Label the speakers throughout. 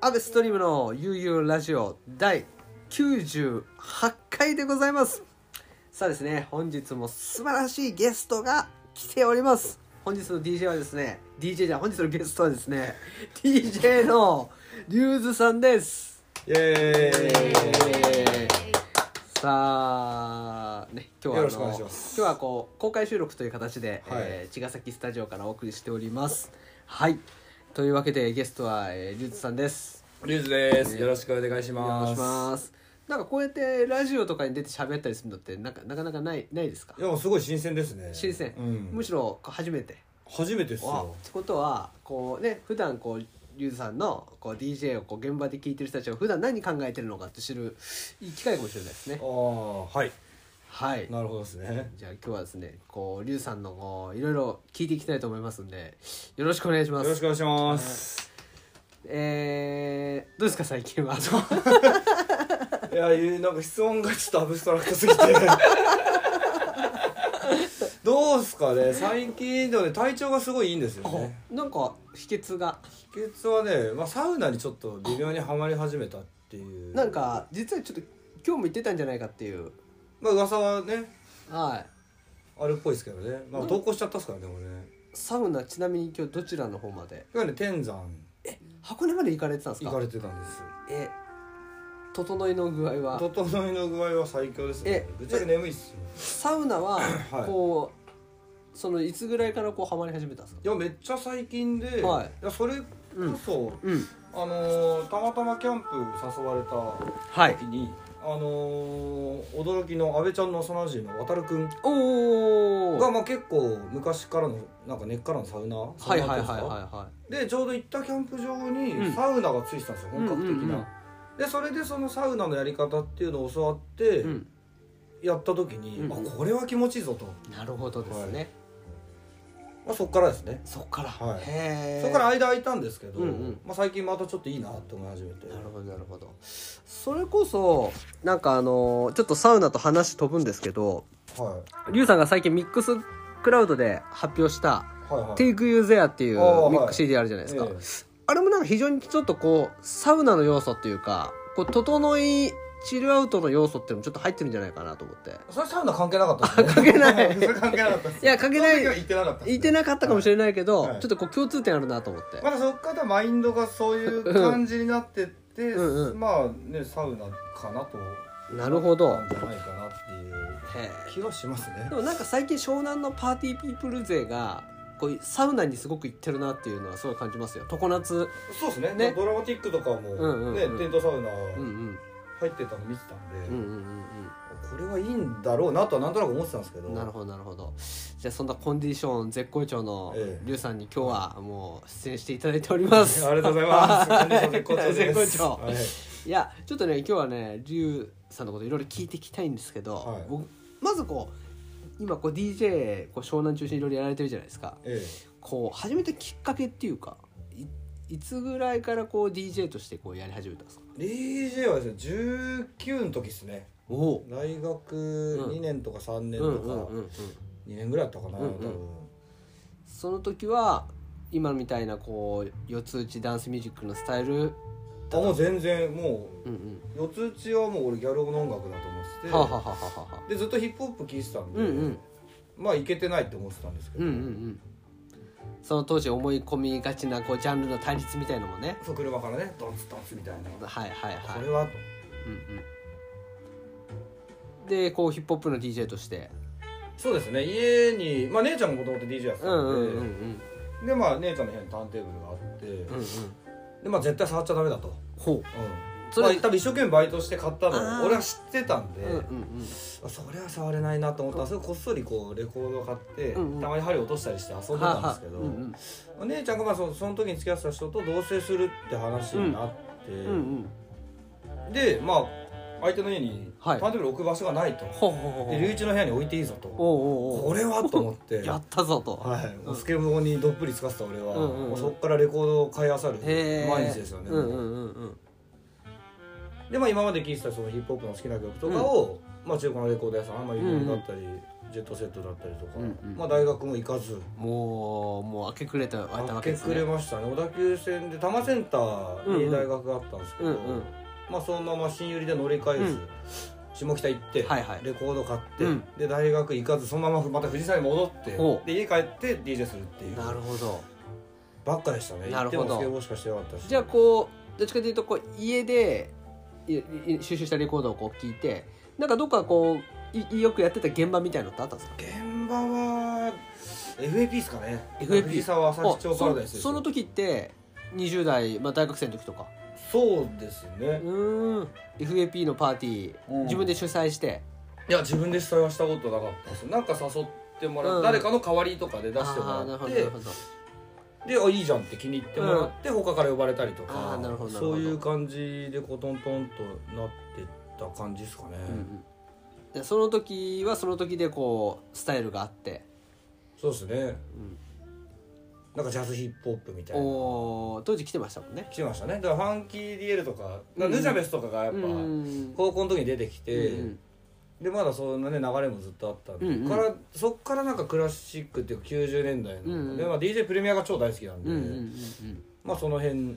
Speaker 1: アベストリームの悠々ラジオ第98回でございますさあですね本日も素晴らしいゲストが来ております本日の DJ はですね DJ じゃん本日のゲストはですね DJ のリューズさんです
Speaker 2: イエーイ
Speaker 1: さあね今日はあの
Speaker 2: よろしくお願いします
Speaker 1: 今日はこう公開収録という形で、
Speaker 2: はい
Speaker 1: えー茅ヶ崎スタジオからお送りしておりますはいというわけでゲストは、えー、リュウズさんです
Speaker 2: リュウズです。よろしくお願いし
Speaker 1: お願い
Speaker 2: ます。
Speaker 1: しますなんかこうやってラジオとかに出て喋ったりするのってなんかなかなかないないですか
Speaker 2: いやもうすごい新鮮ですね。
Speaker 1: 新鮮、
Speaker 2: うん
Speaker 1: む。しろこう初めて
Speaker 2: 初めてです
Speaker 1: わ
Speaker 2: よ
Speaker 1: っ。てことはこうね普段こうリュウズさんのこう DJ をこう現場で聞いてる人たちが普段何考えてるのかって知るいい機会かもしれないですね
Speaker 2: ああはい。
Speaker 1: はい
Speaker 2: なるほどですね。
Speaker 1: じゃあ今日はですねこうリュウさんのこういろいろ聞いていきたいと思いますんでよろしくお願いしま
Speaker 2: よろしく
Speaker 1: す
Speaker 2: お願いします。
Speaker 1: えー、どうですか最近は
Speaker 2: いやいうなんか質問がちょっとアブストラクトすぎて。 どうですかね最近でもね体調がすごいいいんですよね
Speaker 1: なんか秘訣が
Speaker 2: 秘訣はね、まあ、サウナにちょっと微妙にはまり始めたっていう
Speaker 1: なんか実はちょっと今日も言ってたんじゃないかっていう
Speaker 2: まあ噂はね
Speaker 1: はい
Speaker 2: あるっぽいですけどねまあ投稿しちゃったっすからねもうね
Speaker 1: サウナちなみに今日どちらの方まで
Speaker 2: 今ね天山
Speaker 1: 箱根まで行かれてたんです
Speaker 2: 行
Speaker 1: か
Speaker 2: かれてたんです
Speaker 1: え整いの具合は
Speaker 2: 整いの具合は最強ですね
Speaker 1: え
Speaker 2: ぶっちゃけ眠いっすよ
Speaker 1: サウナは
Speaker 2: はい
Speaker 1: こうそのいつぐらいからこうハマり始めたんですか
Speaker 2: いやめっちゃ最近で、
Speaker 1: はい
Speaker 2: やそれこそ、
Speaker 1: うん
Speaker 2: あのーたまたまキャンプ誘われた
Speaker 1: はい
Speaker 2: 時に、あのー驚きの阿部ちゃんの幼馴染の渡るくん
Speaker 1: おお
Speaker 2: が、まあ、結構昔からのなんか根っからのサウナ
Speaker 1: はいはいはい
Speaker 2: サウナってうんですか
Speaker 1: は
Speaker 2: でちょうど行ったキャンプ場
Speaker 1: うん
Speaker 2: にサウナがついてたんですよ、
Speaker 1: うん
Speaker 2: 本格的な、
Speaker 1: うんうん
Speaker 2: でそれでそのサウナのやり方っていうのを教わっ
Speaker 1: い
Speaker 2: て
Speaker 1: うん
Speaker 2: やった時に、
Speaker 1: うんうん
Speaker 2: あこれは気持ちいいぞと、
Speaker 1: なるほどですね
Speaker 2: まあ、そっからですね
Speaker 1: そっから
Speaker 2: はい
Speaker 1: へえ
Speaker 2: そこから間空いたんですけど、
Speaker 1: うんうん
Speaker 2: まあ、最近またちょっといいなって思い始めて
Speaker 1: なるほどなるほどそれこそなんかあのちょっとサウナと話飛ぶんですけど
Speaker 2: は
Speaker 1: リュウさんが最近ミックスクラウドで発表した
Speaker 2: いはいは
Speaker 1: 「
Speaker 2: い
Speaker 1: Take You There」っていうミ
Speaker 2: あーはい
Speaker 1: ックス CD あるじゃないですか、
Speaker 2: え
Speaker 1: あれもなんか非常にちょっとこうサウナの要素っていうかこう整いチルアウトの要素っていうのもちょっと入ってるんじゃないかなと思って
Speaker 2: えそれサウナ関係なかったですね
Speaker 1: 係ない
Speaker 2: それ 関係なかったです
Speaker 1: いや関係ない
Speaker 2: その時は行ってなかった
Speaker 1: 言ってなかったかもしれないけど、
Speaker 2: はいはい
Speaker 1: ちょっとこう共通点あるなと思って、
Speaker 2: まだそっからマインドがそういう感じになってって、
Speaker 1: うんうん
Speaker 2: まあねサウナかなと
Speaker 1: なるほど
Speaker 2: なんじゃないかなっていう
Speaker 1: へ
Speaker 2: 気はしますね
Speaker 1: えでもなんか最近湘南のパーティーピープル勢がこうサウナにすごく行ってるなっていうのはすごい感じますよ常夏
Speaker 2: そうですね
Speaker 1: ね
Speaker 2: ドラマティックとかも、
Speaker 1: んうんうん
Speaker 2: ねテントサウナ
Speaker 1: うんうん
Speaker 2: 入ってたの見てたんで、
Speaker 1: うんうんうん
Speaker 2: これはいいんだろうなとはなんとなく思ってたんですけど
Speaker 1: うんなるほどなるほどじゃあそんなコンディション絶好調の
Speaker 2: ええ
Speaker 1: リュウさんに今日はもう出演していただいており ます
Speaker 2: ありがとうございます。
Speaker 1: 絶好調いやちょっとね今日はねリュウさんのこといろいろ聞いていきたいんですけど、
Speaker 2: はい
Speaker 1: 僕まずこう今こう DJ こう湘南中心にいろいろやられてるじゃないですか
Speaker 2: え
Speaker 1: こう始めたきっかけっていうかいいつぐらいからこう DJ としてこうやり始めたんですか
Speaker 2: え、DJ はですね、19の時ですね。
Speaker 1: おお
Speaker 2: 大学
Speaker 1: ん
Speaker 2: 2年とか3
Speaker 1: う
Speaker 2: 年
Speaker 1: んう
Speaker 2: と
Speaker 1: んうんう
Speaker 2: か、
Speaker 1: ん
Speaker 2: 2年ぐらいだったかな、
Speaker 1: うん
Speaker 2: 多
Speaker 1: うん
Speaker 2: 分。
Speaker 1: その時は今みたいなこう四つ打ちダンスミュージックのスタイル
Speaker 2: あ、もう全然、も
Speaker 1: うん
Speaker 2: う、四つ打ちはもう俺ギャルの音楽だと思って
Speaker 1: うん
Speaker 2: て、
Speaker 1: はあ、はあはあはあはあ
Speaker 2: で、ずっとヒップホップ聴いてたんで、
Speaker 1: うんうん
Speaker 2: まあ、いけてないって思ってたんですけ
Speaker 1: うんう
Speaker 2: ど、
Speaker 1: んうんその当時思い込みがちなこうジャンルの対立みたいのもね
Speaker 2: そう、車からね、ドンツドンツみたいな。こ
Speaker 1: はいはいはい
Speaker 2: れは、
Speaker 1: うんうん、でこうヒップホップの DJ として
Speaker 2: そうですね、家に、まあ、姉ちゃんももともと DJ やって
Speaker 1: う
Speaker 2: た
Speaker 1: んうんうん
Speaker 2: んで、で、まあ、姉ちゃんの部屋にターンテーブルがあって、
Speaker 1: うんうん
Speaker 2: でまあ絶対触っちゃダメだと、
Speaker 1: ほ
Speaker 2: うん、
Speaker 1: そ
Speaker 2: そ
Speaker 1: れ
Speaker 2: れ、まあ、多分一生懸命バイトして買った
Speaker 1: あ
Speaker 2: の
Speaker 1: ー
Speaker 2: を俺は知ってたんで、
Speaker 1: う、うんうん
Speaker 2: あそれは触れないなと思ったらそれこっそりこうレコードを買って、
Speaker 1: うんうん
Speaker 2: たまに針落としたりして遊
Speaker 1: うん
Speaker 2: んでたんですけど、
Speaker 1: ははうん
Speaker 2: お姉ちゃんがまあそその時に付き合ってた人と同棲するって話になっ
Speaker 1: う
Speaker 2: て、
Speaker 1: んうんうん
Speaker 2: でまあ相手の家にタ
Speaker 1: はい
Speaker 2: ーンテーブル置く場所がないと、
Speaker 1: ほうほうほう
Speaker 2: で龍一の部屋に置いていいぞと
Speaker 1: おうおうお
Speaker 2: こ
Speaker 1: う
Speaker 2: れはと思って
Speaker 1: やったぞと、
Speaker 2: はい、もうスケボーにどっぷりつかせた俺は、
Speaker 1: うんうんうん
Speaker 2: もうそこからレコードを買い漁る
Speaker 1: へえ
Speaker 2: 毎日ですよね、
Speaker 1: うんうんうんうん
Speaker 2: で、まあ、今まで聴いてたそのヒップホップの好きな曲とかを、まあ、中古のレコード屋さん、まあ、有名だったり、ジェットセットだったりとか、
Speaker 1: うんうん
Speaker 2: まあ、大学も行かず
Speaker 1: もうもう明け暮れたわったわ
Speaker 2: 明
Speaker 1: け
Speaker 2: け
Speaker 1: です
Speaker 2: 暮
Speaker 1: ね
Speaker 2: れましたね小田急線で多摩センターに大学があったんですけど、
Speaker 1: うんうん
Speaker 2: まあ、そのまま新百合で乗り換えず、
Speaker 1: うん
Speaker 2: 下北行って、
Speaker 1: はいはい
Speaker 2: レコード買って、
Speaker 1: うん
Speaker 2: で大学行かずそのまままた藤沢に戻って
Speaker 1: おう
Speaker 2: で家帰って DJ するっていう
Speaker 1: なるほど
Speaker 2: ばっかでしたね
Speaker 1: なるほど
Speaker 2: 行ってもスケボーしかしてなかったし
Speaker 1: じゃあこうどっちかというとこう家でいい収集したレコードをこう聞いてなんかどっかこういよくやってた現場みたいのってあったんですか
Speaker 2: 現場は FAP ですかね
Speaker 1: FAP
Speaker 2: 藤沢朝日
Speaker 1: あ
Speaker 2: 町
Speaker 1: そ
Speaker 2: パラダイスです
Speaker 1: その時って20代、まあ、大学生の時とか
Speaker 2: そうです
Speaker 1: う
Speaker 2: ね
Speaker 1: ーん FAP のパーティー、
Speaker 2: うん
Speaker 1: 自分で主催して
Speaker 2: いや自分で主催はしたことなかったですなんか誘ってもらう、
Speaker 1: うん
Speaker 2: 誰かの代わりとかで出しても
Speaker 1: ああーなる
Speaker 2: らっ
Speaker 1: ほどな
Speaker 2: て
Speaker 1: るほど
Speaker 2: であいいじゃんって気に入ってもらって、他から呼ばれたりと
Speaker 1: あ
Speaker 2: か
Speaker 1: ーなるほどなるほど
Speaker 2: そういう感じでこうトントンとなってた感じですかね、
Speaker 1: でその時はその時でこうスタイルがあって
Speaker 2: そうですね、なんかジャズヒップホップみたいな
Speaker 1: おー当時来てましたもんね
Speaker 2: 来てましたねだからファンキー DL とか
Speaker 1: うん
Speaker 2: ヌジャベスとかがやっぱ
Speaker 1: うん
Speaker 2: 高校の時に出てきて、
Speaker 1: うん
Speaker 2: でまだそんなね流れもずっとあったんで、
Speaker 1: うんうん
Speaker 2: からそっからなんかクラシックっていうか90年代の、
Speaker 1: うんうん
Speaker 2: で、まあ、DJ プレミアが超大好きなんで、
Speaker 1: うんうんうん
Speaker 2: まあその辺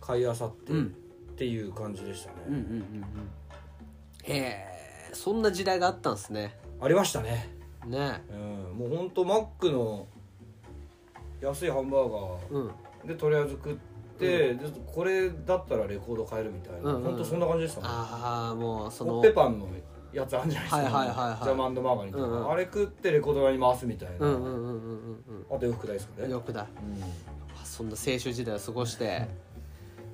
Speaker 2: 買いあさって、
Speaker 1: うん
Speaker 2: っていう感じでしたね、
Speaker 1: うんうんうんうんうんへえそんな時代があったんですね
Speaker 2: ありましたね
Speaker 1: ね
Speaker 2: うんもうほんとマックの安いハンバー
Speaker 1: う
Speaker 2: ガ
Speaker 1: ん
Speaker 2: ーでとりあえず食って、でこれだったらレコード買えるみたいな、
Speaker 1: うんうん
Speaker 2: ほんとそんな感じでしたもん
Speaker 1: ああもうそ
Speaker 2: ほ
Speaker 1: の
Speaker 2: っぺパンのやつあるんじゃないですか、
Speaker 1: はいはいはいはい
Speaker 2: ジャムマーガリンとか、
Speaker 1: うんうん
Speaker 2: あれ食ってレコード屋に回すみたいな、
Speaker 1: うんうんうんうんうん
Speaker 2: あと洋服代ですか
Speaker 1: うん
Speaker 2: ね
Speaker 1: よくだ
Speaker 2: うん
Speaker 1: そんな青春時代を過ごして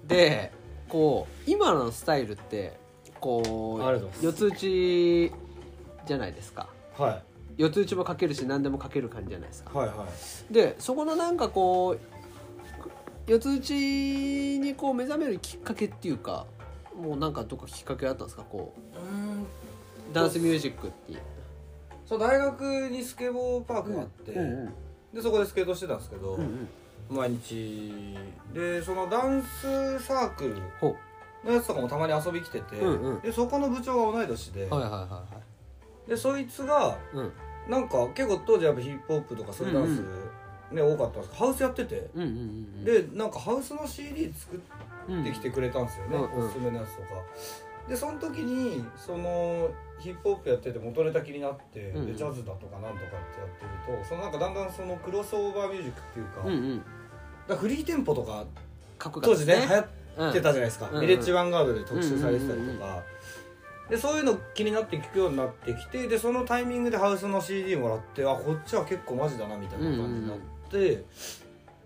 Speaker 1: でこう今のスタイルってこ
Speaker 2: ありがとうございま
Speaker 1: う
Speaker 2: す
Speaker 1: 四つ打ちじゃないですか
Speaker 2: はい
Speaker 1: 四つ打ちもかけるし何でもかける感じじゃないですか
Speaker 2: はいはい
Speaker 1: でそこのなんかこう四つ打ちにこう目覚めるきっかけっていうかもうなんかどっかきっかけあったんですかこう
Speaker 2: うん
Speaker 1: ダンスミュージックっていう
Speaker 2: そう大学にスケボーパークがあって、
Speaker 1: うんうん
Speaker 2: でそこでスケートしてたんですけど、
Speaker 1: うんうん
Speaker 2: 毎日でそのダンスサークル
Speaker 1: ほ
Speaker 2: のやつとかもたまに遊び来てて、
Speaker 1: うんうん
Speaker 2: でそこの部長が同い年で,、
Speaker 1: うはいはいはいは
Speaker 2: でそいつが
Speaker 1: いうん
Speaker 2: なんか結構当時やっぱヒップホップとかそういうダンス、ね多かったんですけどハウスやってて、
Speaker 1: うんうんうん
Speaker 2: でなんかハウスの CD 作っ
Speaker 1: うん
Speaker 2: てきてくれたんですよね、
Speaker 1: うんうん
Speaker 2: おすすめのやつとか。でその時にそのヒップホップやってて元ネタ気になって、
Speaker 1: うんうん
Speaker 2: でジャズだとかなんとかってやってるとそのなんかだんだんそのクロスオーバーミュージックっていうか,、
Speaker 1: うんうん
Speaker 2: だからフリーテンポとか
Speaker 1: かっこよかっ
Speaker 2: 当
Speaker 1: た
Speaker 2: 時
Speaker 1: で
Speaker 2: ね
Speaker 1: す
Speaker 2: 流行っ
Speaker 1: うん
Speaker 2: ってたじゃないですか、
Speaker 1: うん
Speaker 2: ビレッジヴァンガードで特集されてたり
Speaker 1: うんうんうん
Speaker 2: とか、でそういうの気になって聞くようになってきてでそのタイミングでハウスの CD もらってあこっちは結構マジだなみたいな感じになって、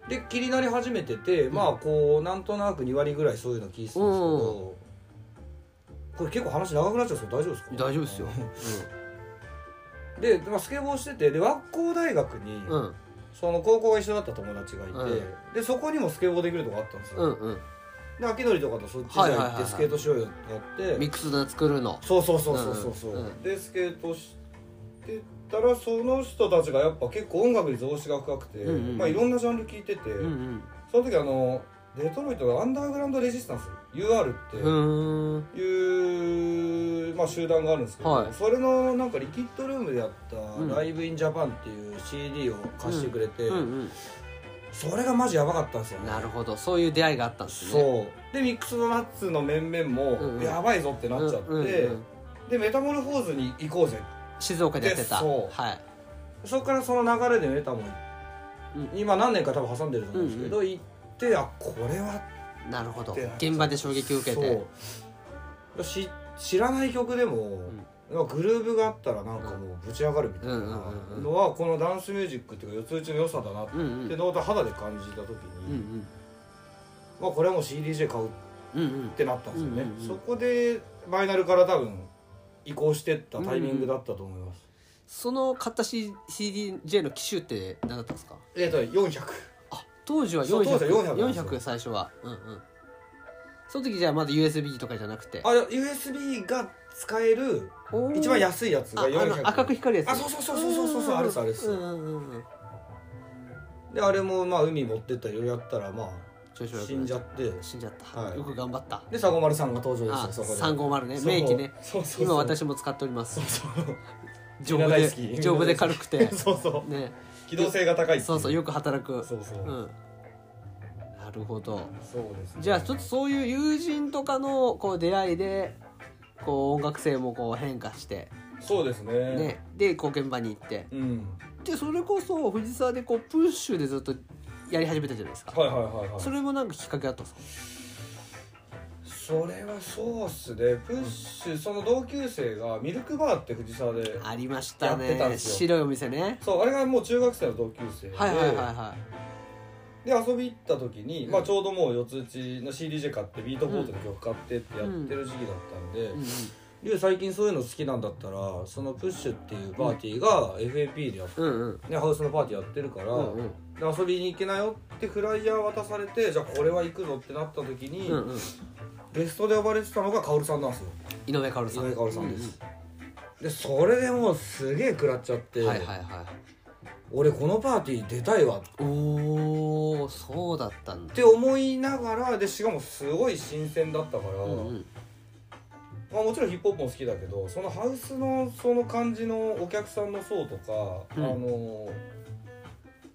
Speaker 2: で気になり始めてて、まあこうなんとなく2割ぐらいそういうの聞いてたんですけど、これ結構話長くなっちゃうんですけど大丈夫ですか
Speaker 1: 大丈夫ですよ
Speaker 2: で、まあ、スケボーしててで和光大学に、
Speaker 1: うんうん
Speaker 2: その高校が一緒だった友達がいて、
Speaker 1: うん
Speaker 2: でそこにもスケボーできるとこあったんですよ、
Speaker 1: うんうん
Speaker 2: で秋のりとかとそっちじゃ
Speaker 1: はいはいはい
Speaker 2: 行っ
Speaker 1: はい
Speaker 2: てスケートしようよってなって、
Speaker 1: ミックスナッツ作るの
Speaker 2: そうそうそうそうそうそう、
Speaker 1: うんうん
Speaker 2: でスケートしてたらその人たちがやっぱ結構音楽に造詣が深くて、
Speaker 1: うんうん
Speaker 2: まあ、いろんなジャンル聴いてて、
Speaker 1: うん
Speaker 2: その時あのデトロイトがアンダーグラウンドレジスタンス UR って
Speaker 1: うんうん
Speaker 2: いう、まあ、集団があるんですけど、
Speaker 1: はい
Speaker 2: それのなんかリキッドルームでやった
Speaker 1: ん
Speaker 2: 「ライブ・イン・ジャパン」っていう CD を貸してくれて、
Speaker 1: うんうん
Speaker 2: それがマジヤバかったんですよね
Speaker 1: なるほどそういう出会いがあったんですね
Speaker 2: そうでミックスドナッツの面々も、
Speaker 1: うんうん
Speaker 2: やばいぞってなっちゃって、
Speaker 1: うんうんうん
Speaker 2: でメタモルフォーズに行こうぜ
Speaker 1: 静岡でやってた
Speaker 2: でそう
Speaker 1: はい
Speaker 2: そこからその流れでメタモン、
Speaker 1: うん
Speaker 2: 今何年か多分挟んでると思うんですけど、行ってあこれは
Speaker 1: なるほど
Speaker 2: ってなっちゃう
Speaker 1: 現場で衝撃を受けて
Speaker 2: そうし知らない曲でも、なんかグルーブがあったらなんかもうぶち上がるみたいな
Speaker 1: うんうんうんうん
Speaker 2: のはこのダンスミュージックっていうか四つ打ちの良さだなっ
Speaker 1: うんうん
Speaker 2: てのを肌で感じた時
Speaker 1: うんう
Speaker 2: に、
Speaker 1: ん
Speaker 2: まあ、これはもう CDJ 買うっ
Speaker 1: うんうん
Speaker 2: てなったんですよね、
Speaker 1: うんうんうん
Speaker 2: そこでマイナルから多分移行してったタイミングだったと思います、
Speaker 1: その買った C- CDJ の機種って何だったんですか
Speaker 2: えっと400
Speaker 1: あ当時は
Speaker 2: そう当時は
Speaker 1: 400
Speaker 2: 400なんですよ
Speaker 1: 400最初はうんうんその時じゃあまだ USB とかじゃなくて
Speaker 2: あいや USB が使える
Speaker 1: おー
Speaker 2: 一番安いやつ
Speaker 1: あ
Speaker 2: が
Speaker 1: あ
Speaker 2: 400
Speaker 1: の赤く光るやつ
Speaker 2: あそうそうそうそうそうそうあれですあれです
Speaker 1: うんうんうん
Speaker 2: であれもまあ海持ってったりいろいろやったらまあ
Speaker 1: 調子悪くなっ
Speaker 2: 死んじゃって
Speaker 1: 死んじゃった、
Speaker 2: はい
Speaker 1: よく頑張った
Speaker 2: でサゴマルさんが登場で
Speaker 1: あ
Speaker 2: したそこで
Speaker 1: 350ね
Speaker 2: そう
Speaker 1: 名機ね
Speaker 2: そうそうそう
Speaker 1: 今私も使っております
Speaker 2: そう
Speaker 1: 丈夫で
Speaker 2: みんな大好き
Speaker 1: 丈夫で軽くて
Speaker 2: そうそう
Speaker 1: ね
Speaker 2: 機動性が高いってい
Speaker 1: そうそうよく働く
Speaker 2: そうそう、
Speaker 1: うんなるほど
Speaker 2: そうですね
Speaker 1: じゃあちょっとそういう友人とかのこう出会いでこう音楽性もこう変化して、
Speaker 2: そうですね
Speaker 1: ね、でこう現場に行って
Speaker 2: うん
Speaker 1: でそれこそ藤沢でこうプッシュでずっとやり始めたじゃないですか、
Speaker 2: はいはいはいはい
Speaker 1: それもなんかきっかけあったんですか
Speaker 2: それはそうっすねプッシュその同級生がミルクバーって藤沢で
Speaker 1: ありました
Speaker 2: やってたん
Speaker 1: ね
Speaker 2: ですよ
Speaker 1: 白いお店ね
Speaker 2: そうあれがもう中学生の同級生で,、
Speaker 1: はいはいはいは
Speaker 2: で遊び行った時に、
Speaker 1: うん
Speaker 2: まあ、ちょうどもう四つ打ちの CDJ 買ってビートボートの曲買ってってやってる時期だったんで、
Speaker 1: い、うんうん、
Speaker 2: リュウ最近そういうの好きなんだったらそのプッシュっていうパーティーが FAP でやっ、
Speaker 1: うんうん
Speaker 2: ね、ハウスのパーティーやってるから、
Speaker 1: うんうん
Speaker 2: で遊びに行けなよってフライヤー渡されてじゃあこれは行くぞってなった時に、
Speaker 1: うんうん
Speaker 2: ゲストで呼ばれてたのがカオルさんなんですよ
Speaker 1: 井上薫さん
Speaker 2: 井上薫さんです、でそれでもうすげえ食らっちゃって、
Speaker 1: うんうんはいはいはい
Speaker 2: 俺このパーティー出たいわっ
Speaker 1: おおそうだったんだ
Speaker 2: て思いながらでしかもすごい新鮮だったから、
Speaker 1: うんうん
Speaker 2: まあ、もちろんヒップホップも好きだけどそのハウスのその感じのお客さんの層とか、
Speaker 1: うん
Speaker 2: あの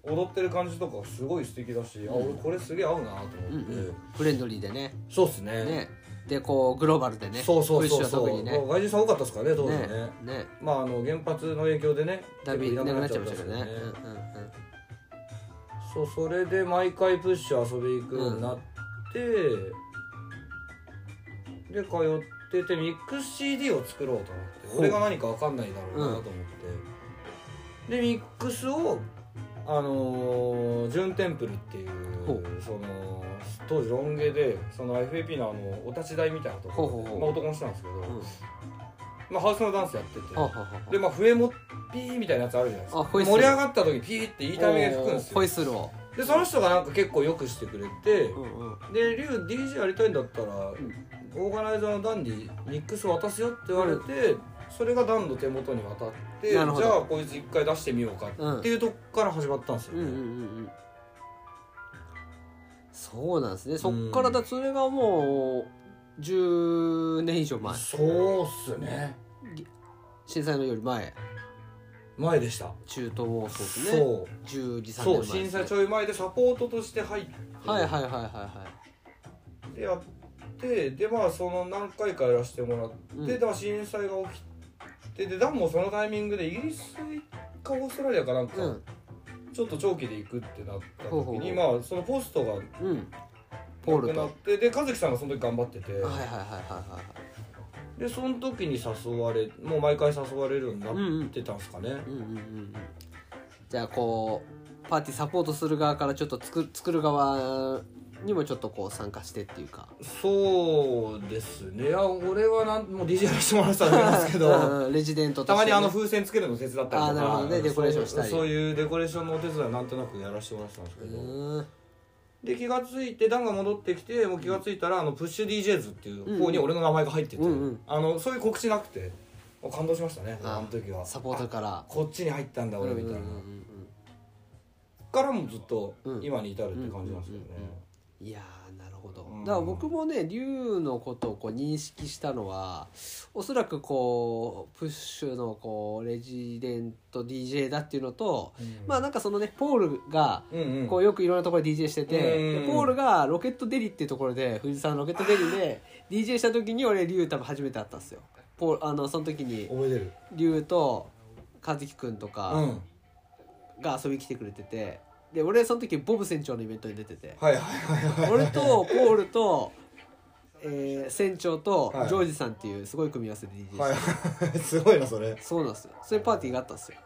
Speaker 2: 踊ってる感じとかすごい素敵だし、あ
Speaker 1: うん
Speaker 2: 俺これすげえ合うなと思って、
Speaker 1: うんうんフレンドリーでね
Speaker 2: そうっすね
Speaker 1: ねでこうグローバルでね
Speaker 2: そうそうそう
Speaker 1: プッシュ
Speaker 2: そ
Speaker 1: は
Speaker 2: う、
Speaker 1: 特にね
Speaker 2: 外人さん多かったですからね当時ね
Speaker 1: ねね
Speaker 2: まああの原発の影響でね
Speaker 1: だいぶい
Speaker 2: 結構
Speaker 1: なくなっちゃい
Speaker 2: っ
Speaker 1: ましたた
Speaker 2: ん
Speaker 1: けど
Speaker 2: ですよ
Speaker 1: ねうんうんうん
Speaker 2: そうそれで毎回プッシュ遊び行くようになって、で通っててミックス CD を作ろうと思って
Speaker 1: ほう
Speaker 2: 俺が何か分かんないだろうなと思って、でミックスをあのー、ジュンテンプルっていう
Speaker 1: ほう
Speaker 2: その当時ロン毛でその FAP のあのお立ち台みたいなと
Speaker 1: ほうほ
Speaker 2: こ
Speaker 1: うほう
Speaker 2: まあ、男の人なんですけど、
Speaker 1: ん
Speaker 2: まあ、ハウスのダンスやってて
Speaker 1: ははは
Speaker 2: でまあ笛もピーみたいなやつあるじゃないですか
Speaker 1: あ
Speaker 2: 盛
Speaker 1: ホイッ
Speaker 2: り
Speaker 1: スル
Speaker 2: 上がった時ピーっていいタイミングで吹くんですよ
Speaker 1: ホイッスルを
Speaker 2: でその人がなんか結構よくしてくれて、
Speaker 1: んうん
Speaker 2: でリュウ DJ やりたいんだったら、オーガナイザーのダンディミックス渡すよって言われて、それがダンの手元に渡ってじゃ
Speaker 1: なるほど
Speaker 2: あこいつ一回出してみようか
Speaker 1: うん
Speaker 2: っていうとこから始まったんですよ
Speaker 1: うん
Speaker 2: ね、
Speaker 1: うんうんうんそうなんですねそっからだそれがもう10年以上前
Speaker 2: そうっすね
Speaker 1: 震災のより前
Speaker 2: 前でした
Speaker 1: 中東もそうですね
Speaker 2: そう
Speaker 1: 10時3
Speaker 2: そう
Speaker 1: 年前で
Speaker 2: 震
Speaker 1: すね
Speaker 2: 災ちょい前でサポートとして入って
Speaker 1: はいはいはいはいは
Speaker 2: でやってでまあその何回かやらせてもらって、
Speaker 1: うん
Speaker 2: でだから震災が起きてでダンもそのタイミングでイギリスかオーストラリアかなん
Speaker 1: い
Speaker 2: か、
Speaker 1: うん
Speaker 2: ちょっと長期で行くってなった時に
Speaker 1: ほうほう
Speaker 2: まあそのポストが
Speaker 1: うんポー
Speaker 2: な
Speaker 1: ル
Speaker 2: く
Speaker 1: と
Speaker 2: な
Speaker 1: は
Speaker 2: ってで和樹さんがその時頑張ってて、
Speaker 1: いはいはいはい
Speaker 2: でその時に誘われもう毎回誘われるようになってたんですかね、
Speaker 1: はいうんうんうんうんじゃあこうパーティーサポートする側からちょっと作作る側にもちょっとこう参加してっていうか
Speaker 2: そうですねいや俺はなんもう DJ やらせてもら ってたんですけ ど
Speaker 1: うんうんレジデントと
Speaker 2: た
Speaker 1: し
Speaker 2: ま
Speaker 1: てね
Speaker 2: にあの風船つけるの手伝ったりと
Speaker 1: あ
Speaker 2: か
Speaker 1: ーなるほどねデコレーションしたり
Speaker 2: そうそういうデコレーションのお手伝いはなんとなくやらせてもらってたんですけど、
Speaker 1: うん
Speaker 2: で気がついてダンが戻ってきてもう気がついたらあのプッシュ DJs っていう方に
Speaker 1: うんうん
Speaker 2: 俺の名前が入ってて、
Speaker 1: うんうん
Speaker 2: あのそういう告知なくてあ感動しましたね
Speaker 1: あ
Speaker 2: あの時は
Speaker 1: サポート
Speaker 2: あ
Speaker 1: から
Speaker 2: こっちに入ったんだ俺みたいな、
Speaker 1: うんうんうんうん
Speaker 2: からもずっと
Speaker 1: うん
Speaker 2: 今に至るって感じなんですけどね、
Speaker 1: いやーなるほど
Speaker 2: うん
Speaker 1: だから僕もね龍のことをこう認識したのはおそらくこうプッシュのこうレジデント DJ だっていうのとまあなんかそのねポールが
Speaker 2: うんうん
Speaker 1: こうよくいろんなところで DJ してて
Speaker 2: うん
Speaker 1: でポールがロケットデリっていうところで藤沢のロケットデリで DJ した時に俺龍多分初めて会ったんですよポールあのその時に
Speaker 2: 覚えてる
Speaker 1: 龍と和樹くんと
Speaker 2: う
Speaker 1: か
Speaker 2: ん
Speaker 1: が遊びに来てくれててで俺その時ボブ船長のイベントに出てて
Speaker 2: はいはいはいはい
Speaker 1: 俺とポールと、えー船長と
Speaker 2: はい
Speaker 1: ジョージさんっていうすごい組み合わせで DJ して、
Speaker 2: はいはい すごいなそれ
Speaker 1: そうなんですよそういうパーティーがあったんですよ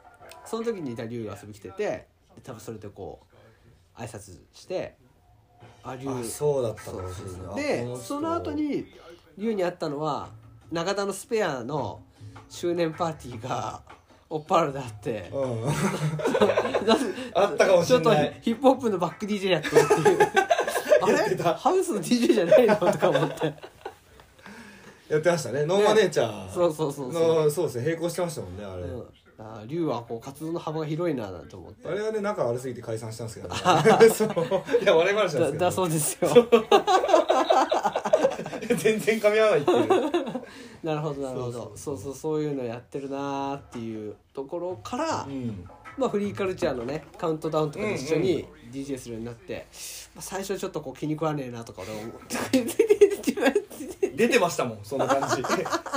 Speaker 1: その時にいた龍が遊びに来ててで多分それでこう挨拶してあ龍
Speaker 2: あそうだった
Speaker 1: そ
Speaker 2: かも
Speaker 1: う
Speaker 2: しれ
Speaker 1: そう
Speaker 2: ないあ
Speaker 1: で
Speaker 2: 人
Speaker 1: その後に龍に会ったのは中田のスペアの周年パーティーがオッパールであって
Speaker 2: うん
Speaker 1: あ
Speaker 2: あったかもしれない
Speaker 1: ちょっとヒップホップのバック DJ やってるっていう
Speaker 2: や
Speaker 1: あ
Speaker 2: って
Speaker 1: れ
Speaker 2: た
Speaker 1: ハウスの DJ じゃないのとか思って
Speaker 2: やってましたねノーマネーチャー
Speaker 1: そうそうそうそう
Speaker 2: のそうですね並行してましたもんねあれ、
Speaker 1: うんあー龍はこう活動の幅が広いななんて思って
Speaker 2: あれはね仲悪すぎて解散したんですけど ねそういや笑い話なんです
Speaker 1: だ
Speaker 2: けど
Speaker 1: だそうですよ
Speaker 2: 全然噛み合わないっていう
Speaker 1: なるほどなるほどそ
Speaker 2: そううそうそう
Speaker 1: そうそういうのやってるなーっていうところから、
Speaker 2: うん
Speaker 1: まあ、フリーカルチャーのねカウントダウンとかと一緒
Speaker 2: うん
Speaker 1: に DJ するようになって、まあ、最初ちょっとこう気に食わねえなとか俺思 って
Speaker 2: 出てましたもんその感 じ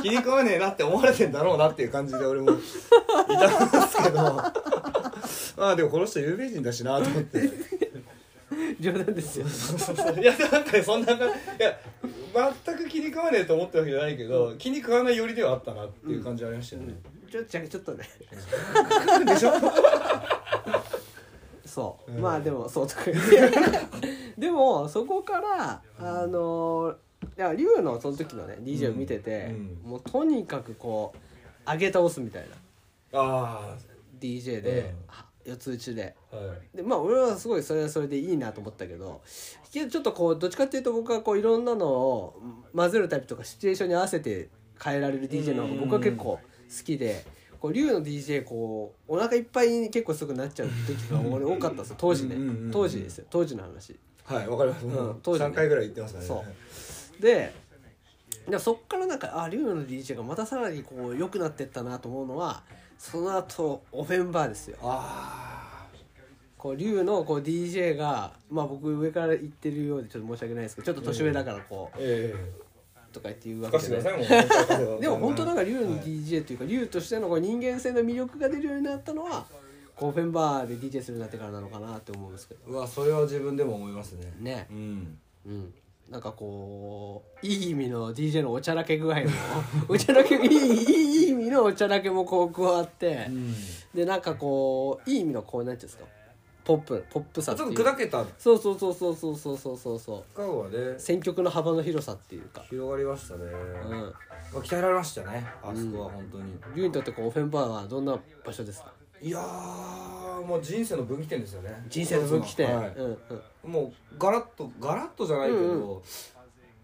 Speaker 2: 気に食わねえなって思われてんだろうなっていう感じで俺もいたんですけど まあでもこの人有名人だしなと思 ってい
Speaker 1: 冗談ですよ
Speaker 2: やなんかそんな感じいや全く気に食わねえと思ったわけじゃないけど気に食わないよりではあったなっていう感じはありましたよね、
Speaker 1: ちょっとじゃあちょっとね
Speaker 2: でしょ
Speaker 1: そう、
Speaker 2: うん
Speaker 1: まあでもそうとか言 ってでもそこからあのいや龍のその時のね DJ を見てて、
Speaker 2: うん
Speaker 1: もうとにかくこう上げ倒すみたいな
Speaker 2: あ
Speaker 1: DJ で、
Speaker 2: うん
Speaker 1: あ四つ打ちで
Speaker 2: あはい
Speaker 1: でまあ俺はすごいそれはそれでいいなと思ったけどけどちょっとこうどっちかっていうと僕はこういろんなのを混ぜるタイプとかシチュエーションに合わせて変えられる DJ の方が僕は結構好きで。こう竜の DJ こうお腹いっぱいに結構すぐなっちゃう時が俺多かったんですよ当時ね
Speaker 2: うんうんうん
Speaker 1: 当時ですよ当時の話
Speaker 2: はいわかります、
Speaker 1: うん当時ね
Speaker 2: 3回ぐらい言ってますからね
Speaker 1: そうででもそっからなんかあ竜の DJ がまたさらにこう良くなってったなと思うのはその後オフェンバーですよ
Speaker 2: あ
Speaker 1: こう竜のこう DJ がまあ僕上から言ってるようでちょっと申し訳ないですけどちょっと年上だからこ
Speaker 2: あえ
Speaker 1: うとか言って言う
Speaker 2: え
Speaker 1: わ
Speaker 2: か
Speaker 1: け
Speaker 2: し
Speaker 1: じ
Speaker 2: て
Speaker 1: ゃ
Speaker 2: く
Speaker 1: ない
Speaker 2: ださいも う
Speaker 1: でも本当なんか竜
Speaker 2: は
Speaker 1: の
Speaker 2: い
Speaker 1: DJ というか竜としてのこう人間性の魅力が出るようになったのはこうフェンバーで DJ するようになってからなのかなって思うんですけど
Speaker 2: うわそれは自分でも思いますね
Speaker 1: ね
Speaker 2: うん
Speaker 1: うんなんかこういい意味の DJ のおちゃらけ具合もおちゃらけいいいい意味のおちゃらけもこう加わって
Speaker 2: うん
Speaker 1: でなんかこういい意味のこうなんていうんですかポップポップさ
Speaker 2: ち
Speaker 1: っ
Speaker 2: ょってと
Speaker 1: いう
Speaker 2: 砕けた
Speaker 1: そうそうそうそうそうそうそうそうそう
Speaker 2: 顔はね
Speaker 1: 選曲の幅の広さっていうか、
Speaker 2: 広がりましたね、
Speaker 1: う
Speaker 2: ま
Speaker 1: ん、
Speaker 2: あ鍛えられましたねあそこは本当に、
Speaker 1: リュウにとってこうオフェンバーはどんな場所ですか
Speaker 2: いやーもう人生の分岐点ですよね
Speaker 1: 人生の分岐点、
Speaker 2: はい
Speaker 1: うんうん
Speaker 2: もうガラッとガラッとじゃないけど、
Speaker 1: うん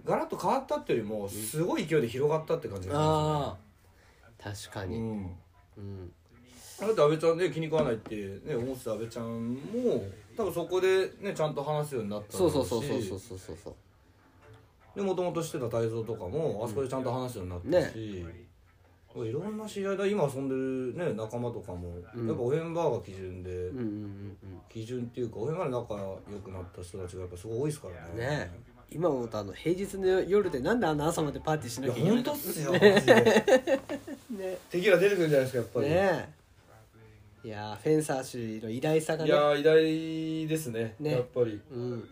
Speaker 2: ガラッと変わったっていうよりもすごい勢いで広がったって感じがしま
Speaker 1: ああ確か
Speaker 2: すね
Speaker 1: に、
Speaker 2: うん
Speaker 1: うん
Speaker 2: だって安倍ちゃんね気に食わないってね思ってた安倍ちゃんも多分そこでねちゃんと話すようになった
Speaker 1: そ
Speaker 2: ろ
Speaker 1: う
Speaker 2: し
Speaker 1: そうそうそうそうそうそう
Speaker 2: でもともとしてた泰造とかもあそこでちゃんと話すようになったし、いろんな知り合いだ今遊んでる、ね、仲間とかも、やっぱオフェンバーが基準で、
Speaker 1: うんうんうん
Speaker 2: 基準っていうかオフェンバーで仲良くなった人たちがやっぱすごい多いですから
Speaker 1: うん
Speaker 2: ね
Speaker 1: ねえ今思うとあの平日の夜でなんであんな朝までパーティーし
Speaker 2: い
Speaker 1: な
Speaker 2: や
Speaker 1: きゃいけない
Speaker 2: 本
Speaker 1: んだ
Speaker 2: 当っ すよマジで
Speaker 1: ね
Speaker 2: テキーラ出てくるんじゃないですかやっぱり、
Speaker 1: ねえいやーフェンサー氏の偉大さが
Speaker 2: い
Speaker 1: ね
Speaker 2: やー偉大ですね
Speaker 1: ね
Speaker 2: やっぱり
Speaker 1: うん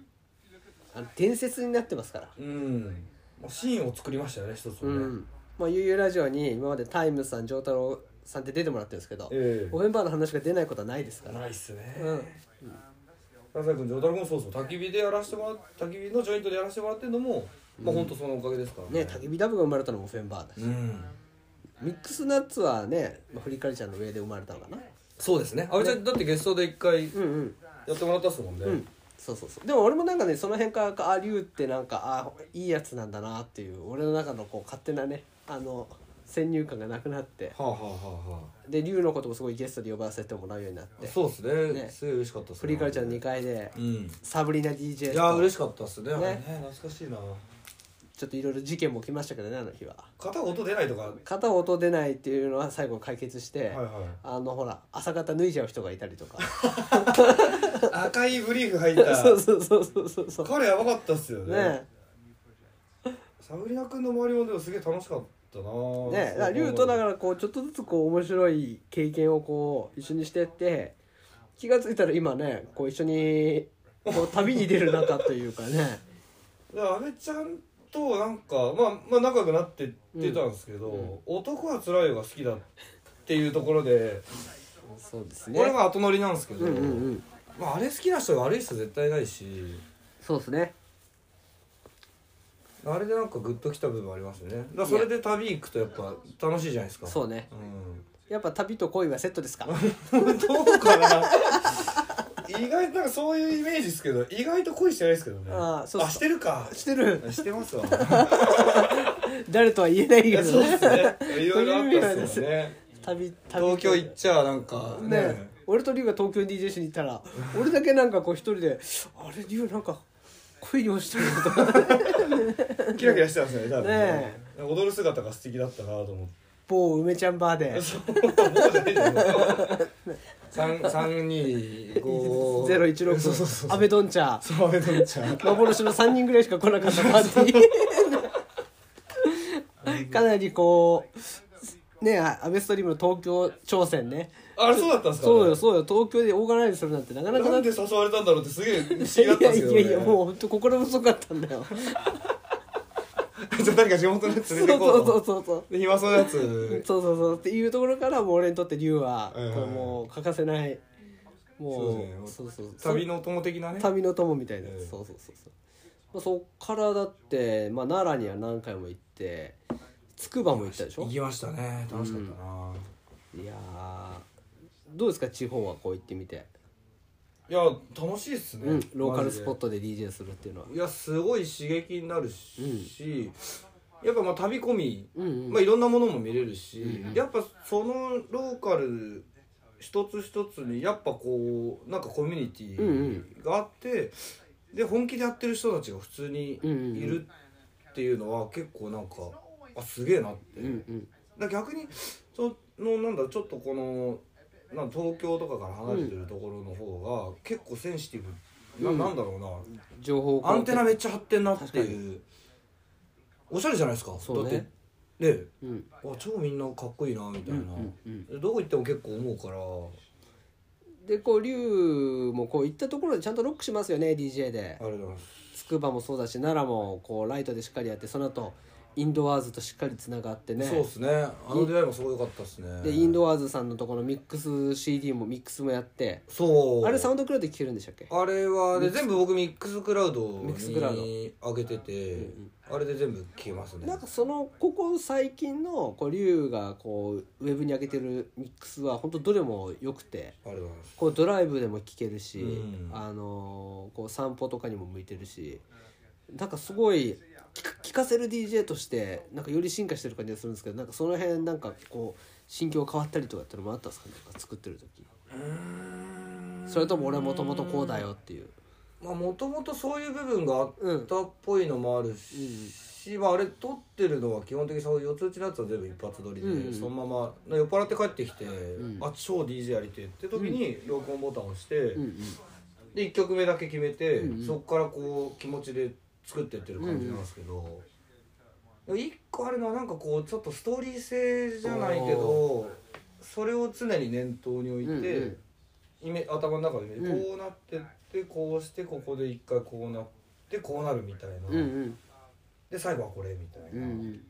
Speaker 1: あの伝説になってますから
Speaker 2: うんまあシーンを作りましたよね一つ
Speaker 1: う
Speaker 2: のね、
Speaker 1: んまあ、ゆうゆうラジオに今までタイムさん、丈太郎さんって出てもらってるんですけど、
Speaker 2: え
Speaker 1: オフェンバーの話が出ないことはないですから。
Speaker 2: ないっすね
Speaker 1: うん、
Speaker 2: 笠井君丈太郎君もそうそう焚き火でやらせてもらっ焚き火のジョイントでやらせてもらってるのも、まあ本当そのおかげですから
Speaker 1: ね、焚き火ダブが生まれたのもオフェンバーだし、
Speaker 2: うん
Speaker 1: ミックスナッツはね、まあ、フリカルチャーの上で生まれたのかな。
Speaker 2: そうですねあれじゃだってゲストで一回
Speaker 1: うんうん、
Speaker 2: やってもらったっすもんね、
Speaker 1: うん、そうそうそう。でも俺もなんかね、その辺から、あ、竜ってなんか、あ、いいやつなんだなっていう、俺の中のこう勝手なね、あの。先入観がなくなって、
Speaker 2: はあはあはあは
Speaker 1: で、竜のこともすごいゲストで呼ばせてもらうようになって
Speaker 2: あ。そうっすね
Speaker 1: ね
Speaker 2: すごい嬉しかったっす
Speaker 1: フリカルチャー
Speaker 2: ん
Speaker 1: の2階で、
Speaker 2: うん
Speaker 1: サブリナ DJ と。
Speaker 2: いやー嬉しかったっすねあれ
Speaker 1: ね
Speaker 2: ね懐かしいな
Speaker 1: ちょっといろいろ事件も起きましたけどねあの日は
Speaker 2: 片音出ないとか は
Speaker 1: 片音出ないっていうのは最後解決して、
Speaker 2: いは
Speaker 1: あのほら朝方脱いじゃう人がいたりとか
Speaker 2: い赤 いブリーフ入っ た
Speaker 1: そうそうそうそうそうそう
Speaker 2: 彼やばかったっすよね
Speaker 1: ね
Speaker 2: サブリナ君の周りもでもすげえ楽しかったな
Speaker 1: え
Speaker 2: ぁ
Speaker 1: ねえだから竜とだからこうちょっとずつこう面白い経験をこう一緒にしてって気が付いたら今ねこう一緒にこう旅に出る仲というかね
Speaker 2: だから安倍ちゃんとなんか、まあ、まあ仲良くなってってたんですけど、男は辛いよが好きだっていうところで、
Speaker 1: そうです
Speaker 2: これ
Speaker 1: ね
Speaker 2: が後乗りなんですけど、
Speaker 1: うんうんうん
Speaker 2: まあ、あれ好きな人が悪い人絶対ないし
Speaker 1: そうですね
Speaker 2: あれでなんかグッときた部分ありますねだからそれで旅行くとやっぱ楽しいじゃないですか
Speaker 1: そうね
Speaker 2: う
Speaker 1: やっぱ旅と恋はセットですか
Speaker 2: んどうかな意外となんかそういうイメージですけど意外と恋してないですけどね
Speaker 1: あーそうそう
Speaker 2: してるか
Speaker 1: してる
Speaker 2: してますわ
Speaker 1: 誰とは言えない
Speaker 2: い
Speaker 1: け
Speaker 2: やそ
Speaker 1: ど
Speaker 2: うで
Speaker 1: ね
Speaker 2: すねいろいろあったっすよ ね
Speaker 1: 旅旅
Speaker 2: 東京行っちゃなんかね
Speaker 1: ね、俺と龍が東京に DJ しに行ったら俺だけなんかこう一人で「あれ龍なんかこいいに落ちてること
Speaker 2: キラキラしてますよね多分
Speaker 1: ね
Speaker 2: 踊る姿が素敵だったなと思って
Speaker 1: 某梅ちゃんバーで
Speaker 2: そうじゃねえじゃん三三二五
Speaker 1: ゼロ一六
Speaker 2: そうそうそう
Speaker 1: 安倍どんちゃん
Speaker 2: そうめどんちゃん
Speaker 1: 幻の3人ぐらいしか来なかったパーティー かなりこうねあアベストリームの東京挑戦ね
Speaker 2: あれそうだったんですか
Speaker 1: そうよそうよ東京でオーガナイズするなんてなかなか
Speaker 2: なん
Speaker 1: い
Speaker 2: で誘われたんだろうってすげえ不思議だったん
Speaker 1: や
Speaker 2: ですけど、
Speaker 1: い
Speaker 2: ね、
Speaker 1: やいやもう本当心細かったんだよ
Speaker 2: じゃあ誰か地元のやつ
Speaker 1: そう
Speaker 2: 連れて行こうと
Speaker 1: そうそうそう
Speaker 2: で暇そうなや
Speaker 1: そう
Speaker 2: つ
Speaker 1: そうそうっていうところからもう俺にとって龍は
Speaker 2: はいはい
Speaker 1: こうもう欠かせない
Speaker 2: そう
Speaker 1: も
Speaker 2: ね
Speaker 1: うそう そう
Speaker 2: 旅のお供的なね
Speaker 1: 旅の友みたいな、
Speaker 2: ええ
Speaker 1: そうそうそうそう、まあ、そっからだって、まあ、奈良には何回も行ってつくばも行ったでしょ
Speaker 2: 行きましたね楽しかったな、
Speaker 1: いやーどうですか地方はこう行ってみて、
Speaker 2: いや楽しいっすね、
Speaker 1: うん、ローカル
Speaker 2: マジ
Speaker 1: ス
Speaker 2: で
Speaker 1: ポットで DJ するっていうのはい
Speaker 2: やすごい刺激になるし、やっぱまあ旅込み、
Speaker 1: うんうん、
Speaker 2: まあ、いろんなものも見れるし、やっぱそのローカル一つ一つにやっぱこうなんかコミュニティがあって、で本気でやってる人たちが普通にいるっていうのは結構なんかあすげえなって、
Speaker 1: うんうん
Speaker 2: だから逆にそのなんだちょっとこのなん東京とかから離れてるところの方が結構センシティブ、ななんだろうな
Speaker 1: 情報
Speaker 2: アンテナ
Speaker 1: め
Speaker 2: めっちゃ張ってんなっていうおしゃれじゃないですか
Speaker 1: そうね
Speaker 2: だってね
Speaker 1: うん
Speaker 2: あ超みんなかっこいいなみたいな、
Speaker 1: うんうん
Speaker 2: どこ行っても結構思うから
Speaker 1: でこう龍もこう行ったところでちゃんとロックしますよね DJ で
Speaker 2: あれだな
Speaker 1: つくばもそうだし奈良もこうライトでしっかりやってその後インドアーズとしっかりつながってね
Speaker 2: そうですねあの出会いもすごい良かったですね
Speaker 1: でインドアーズさんのところのミックス CD もミックスもやって
Speaker 2: そう
Speaker 1: あれサウンドクラウドで聴けるんでしたっけ
Speaker 2: あれはで全部僕ミックスクラウド
Speaker 1: ミックスクラウド
Speaker 2: に上げてて、あれで全部消えますね
Speaker 1: なんかそのここ最近のこう龍がこうウェブに上げてるミックスは本当どれも良くて
Speaker 2: あれだな
Speaker 1: こうドライブでも聴けるし、
Speaker 2: うん
Speaker 1: あのーこう散歩とかにも向いてるしなんかすごい聞か聞かせる DJ としてなんかより進化してる感じがするんですけどなんかその辺なんかこう心境変わったりとかってのもあったんですかねなんか作ってる時それとも俺はもともとこうだよっていう
Speaker 2: まあもともとそういう部分があ
Speaker 1: うん
Speaker 2: ったっぽいのもあるし、まあ、あれ撮ってるのは基本的にそういう四つ打ちのやつは全部一発撮りで、
Speaker 1: うんうん
Speaker 2: そのまま酔っ払って帰ってきて、あ超 DJ やりてえって時に録音ボタンを押して、
Speaker 1: うんうん
Speaker 2: で1曲目だけ決めて、
Speaker 1: うんうん
Speaker 2: そこからこう気持ちで作ってってる感じなんですけど、でも一個あるのはなんかこうちょっとストーリー性じゃないけどそれを常に念頭に置いて。
Speaker 1: うんうん
Speaker 2: イメ頭の中で、ね
Speaker 1: うん
Speaker 2: こうなってってこうしてここで一回こうなってこうなるみたいな、
Speaker 1: うんうん
Speaker 2: で最後はこれみたい
Speaker 1: うん